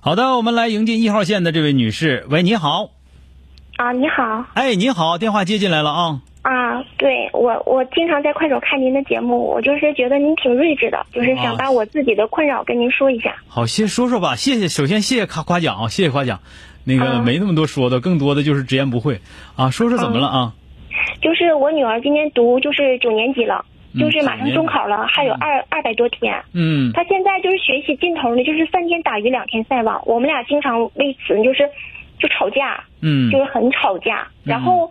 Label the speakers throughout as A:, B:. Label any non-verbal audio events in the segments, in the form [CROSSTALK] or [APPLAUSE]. A: 好的，我们来迎进一号线的这位女士。喂，你好。
B: 啊，你好
A: 哎，你好，电话接进来了啊。
B: 啊，对我我经常在快手看您的节目，我就是觉得您挺睿智的，就是
A: 啊
B: 想把我自己的困扰跟您说一下。
A: 好，先说说吧，谢谢，首先谢谢夸夸奖啊，谢谢夸奖。那个
B: 嗯
A: 没那么多说的，更多的就是直言不讳啊。说说怎么了啊？
B: 就是我女儿今年读就是九年级了，
A: 嗯
B: 就是马上中考了，还有二二百多天。
A: 嗯
B: 她现在就是学习劲头呢，就是三天打鱼两天晒网。我们俩经常为此就是就吵架，
A: 嗯
B: 就是很吵架。然后，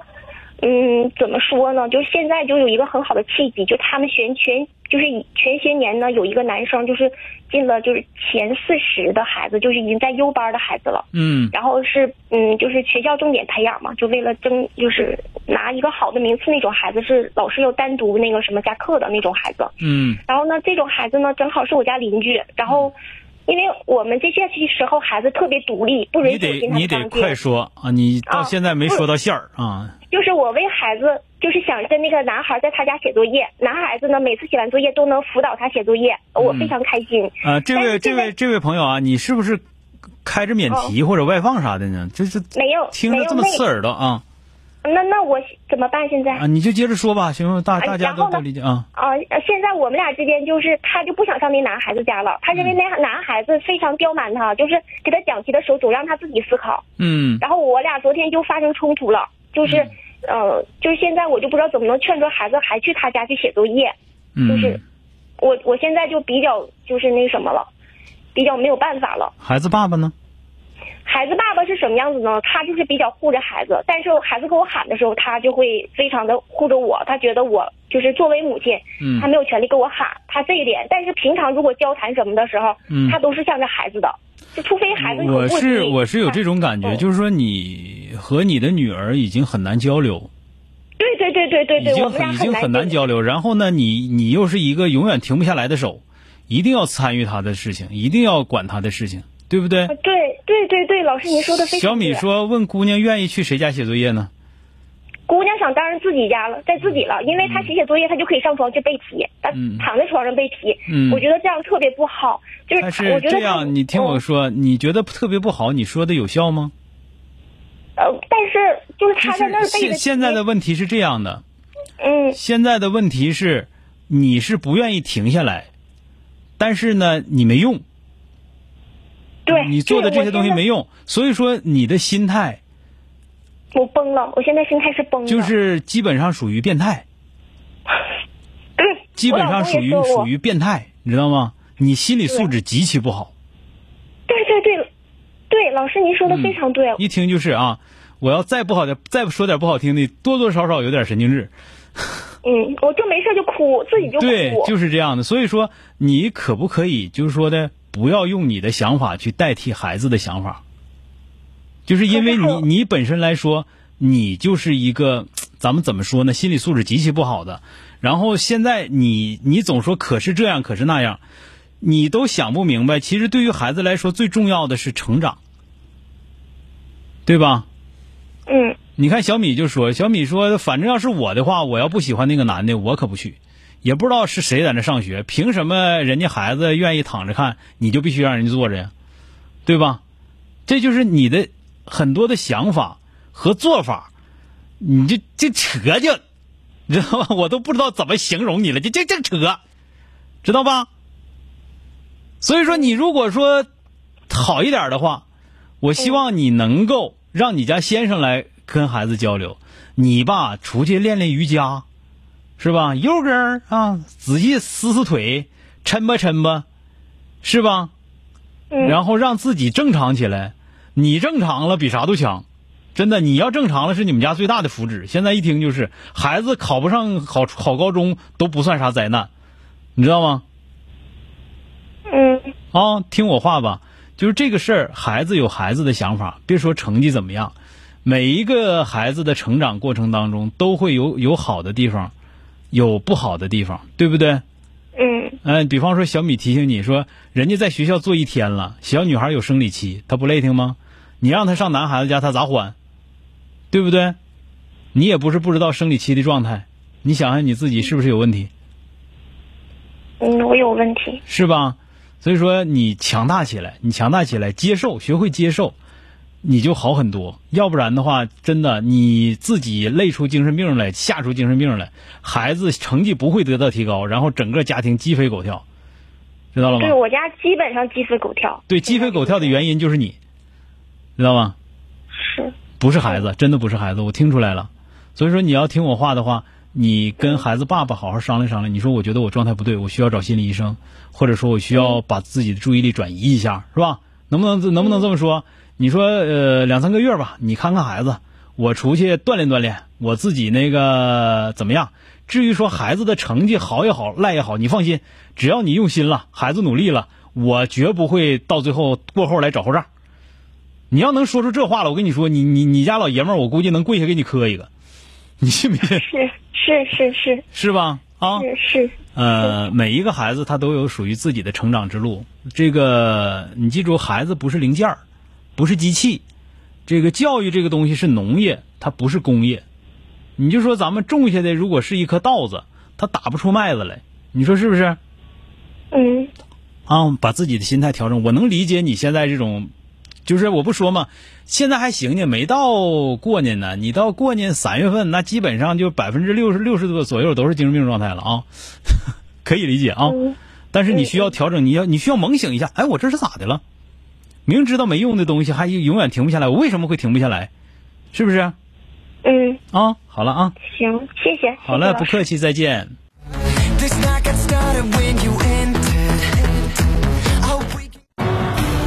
B: 嗯，怎么说呢？就是现在就有一个很好的契机，就他们全全就是以前些年呢，有一个男生就是进了就是前四十的孩子，就是已经在优班的孩子了。
A: 嗯
B: 然后是嗯，就是学校重点培养嘛，就为了争就是拿一个好的名次那种孩子，是老师要单独那个什么加课的那种孩子。
A: 嗯
B: 然后呢，这种孩子呢，正好是我家邻居。然后，因为我们这些时候孩子特别独立，不允
A: 你
B: 许我
A: 得
B: 跟他
A: 你
B: 们
A: 得
B: 上
A: 快
B: 街。
A: 说啊！你到
B: 啊
A: 现在没
B: 不是
A: 说到线儿啊。
B: 就是我为孩子，就是想跟那个男孩在他家写作业。男孩子呢，每次写完作业都能辅导他写作业，我
A: 嗯
B: 非常开心。
A: 呃，这
B: 但
A: 位
B: 是
A: 这
B: 现在哦
A: 位这位朋友啊，你是不是开着免提或者外放啥的呢？就是
B: 没有
A: 听
B: 没
A: 着
B: 有
A: 这么
B: 那
A: 刺耳朵啊
B: 那那我怎么办？现在？
A: 啊！你就接着说吧，行吗，大
B: 哎
A: 大家
B: 然后
A: 都
B: 呢
A: 都理解啊。
B: 啊、呃，现在我们俩之间就是他就不想上那男孩子家了，他认
A: 嗯
B: 为那男孩子非常刁难他，就是给他讲题的时候总让他自己思考。
A: 嗯
B: 然后我俩昨天就发生冲突了，就是，呃，就是现在我就不知道怎么能劝说孩子还去他家去写作业。就是
A: 嗯，
B: 我我现在就比较就是那什么了，比较没有办法了。
A: 孩子爸爸呢？
B: 孩子爸爸是什么样子呢？他就是比较护着孩子，但是孩子跟我喊的时候，他就会非常的护着我，他觉得我就是作为母亲，
A: 嗯
B: 他没有权利跟我喊，他这一点。但是平常如果交谈什么的时候，
A: 嗯
B: 他都是向着孩子的，就除非孩子有
A: 我
B: 问
A: 是
B: 题，
A: 我是有这种感觉，
B: 嗯
A: 就是说你和你的女儿已经很难交流，
B: 对对对对对
A: 已
B: 对，
A: 经
B: 我们俩
A: 很已经很
B: 难
A: 难交流。然后呢，你你又是一个永远停不下来的手，一定要参与她的事情，一定要管她的事情，对不对
B: 啊？对对对对，老师你说的非常
A: 小米
B: 对
A: 说：“问姑娘愿意去谁家写作业呢？
B: 姑娘想当然自己家了，在自己了，因为她写写作业，她就可以上床去背题，她
A: 嗯
B: 躺在床上背题。
A: 嗯
B: 我觉得这样特别不好，就是
A: 但
B: 我
A: 是
B: 觉得
A: 这样，你听我
B: 嗯
A: 说，你觉得特别不好，你说的有效吗？
B: 呃，但是就是
A: 就
B: 她在那儿
A: 是
B: 背
A: 现
B: 的
A: 现在
B: 题
A: 的问题是这样的，
B: 嗯
A: 现在的问题是你是不愿意停下来，但是呢，你没用，
B: 对，
A: 你做的
B: 对
A: 这些东西没，用，所以说你的心态
B: 我现在我崩了，我现在心态是崩了，
A: 就是基本上属于变态，
B: 对，
A: 基本上属于
B: 我老公也说我
A: 属于变态，你知道吗？你心理素质极其不好，
B: 对对对对，老师您说
A: 嗯
B: 的非常对，
A: 一听就是啊，我要再不好的再说点不好听的，多多少少有点神经质。
B: 嗯，我就没事就哭，自己就哭，
A: 对，就是这样的。所以说，你可不可以就是说的，不要用你的想法去代替孩子的想法？就是因为
B: 可是还
A: 你
B: 有
A: 你本身来说，你就是一个咱们怎么说呢，心理素质极其不好的。然后现在你你总说可是这样，可是那样，你都想不明白。其实对于孩子来说，最重要的是成长，对吧？
B: 嗯
A: 你看小米就说，小米说，反正要是我的话，我要不喜欢那个男的，我可不去。也不知道是谁在那上学，凭什么人家孩子愿意躺着看，你就必须让人家坐着呀，对吧？这就是你的很多的想法和做法，你这这扯就，你知道吧？我都不知道怎么形容你了，这这这扯，知道吧？所以说，你如果说好一点的话，我希望你能够让你家先生来跟孩子交流，你吧出去练练瑜伽，是吧？悠根儿啊，仔细撕撕腿，抻吧抻吧，是吧？
B: 嗯
A: 然后让自己正常起来，你正常了比啥都强。真的，你要正常了是你们家最大的福祉。现在一听就是孩子考不上好好高中都不算啥灾难，你知道吗？
B: 嗯
A: 啊，听我话吧，就是这个事儿，孩子有孩子的想法，别说成绩怎么样，每一个孩子的成长过程当中都会有有好的地方，有不好的地方，对不对？
B: 嗯
A: 嗯、比方说小米提醒你说，人家在学校坐一天了，小女孩有生理期，她不累挺吗？你让她上男孩子家，她咋缓？对不对？你也不是不知道生理期的状态，你想想你自己是不是有问题？
B: 嗯，我有问题。
A: 是吧？所以说你强大起来，你强大起来，接受，学会接受，你就好很多。要不然的话，真的你自己累出精神病来，吓出精神病来，孩子成绩不会得到提高，然后整个家庭鸡飞狗跳，知道了
B: 对
A: 吗？
B: 我家基本上鸡飞狗跳。
A: 对，鸡飞狗跳的原因就是你，知道吗？
B: 是，
A: 不是孩子，真的不是孩子，我听出来了。所以说你要听我话的话，你跟孩子爸爸好好商量商量。你说我觉得我状态不对，我需要找心理医生，或者说我需要把自己的注意力转移一下，是吧？能不能能不能这么说？你说呃两三个月吧，你看看孩子，我出去锻炼锻炼，我自己那个怎么样？至于说孩子的成绩好也好，赖也好，你放心，只要你用心了，孩子努力了，我绝不会到最后过后来找后账。你要能说出这话了，我跟你说，你你你家老爷们儿，我估计能跪下给你磕一个，你信不信？
B: 是是是是
A: 是吧？啊，
B: 是是，
A: 呃，每一个孩子他都有属于自己的成长之路。这个你记住，孩子不是零件儿，不是机器。这个教育这个东西是农业，它不是工业。你就说咱们种下的如果是一颗稻子，它打不出麦子来，你说是不是？
B: 嗯
A: 啊，把自己的心态调整。我能理解你现在这种，就是我不说嘛，现在还行呢，没到过年呢。你到过年三月份，那基本上就百分之六十六十多左右都是精神病状态了啊， [LAUGHS] 可以理解啊。
B: 嗯
A: 但是你需要调整，你要你需要猛醒一下。哎，我这是咋的了？明知道没用的东西还永远停不下来，我为什么会停不下来？是不是啊？
B: 嗯，
A: 好了啊，
B: 行，谢谢。
A: 好
B: 谢谢
A: 了，
B: 老
A: 不
B: 师
A: 客气，再见。
C: This night got started when you entered. Oh, we can-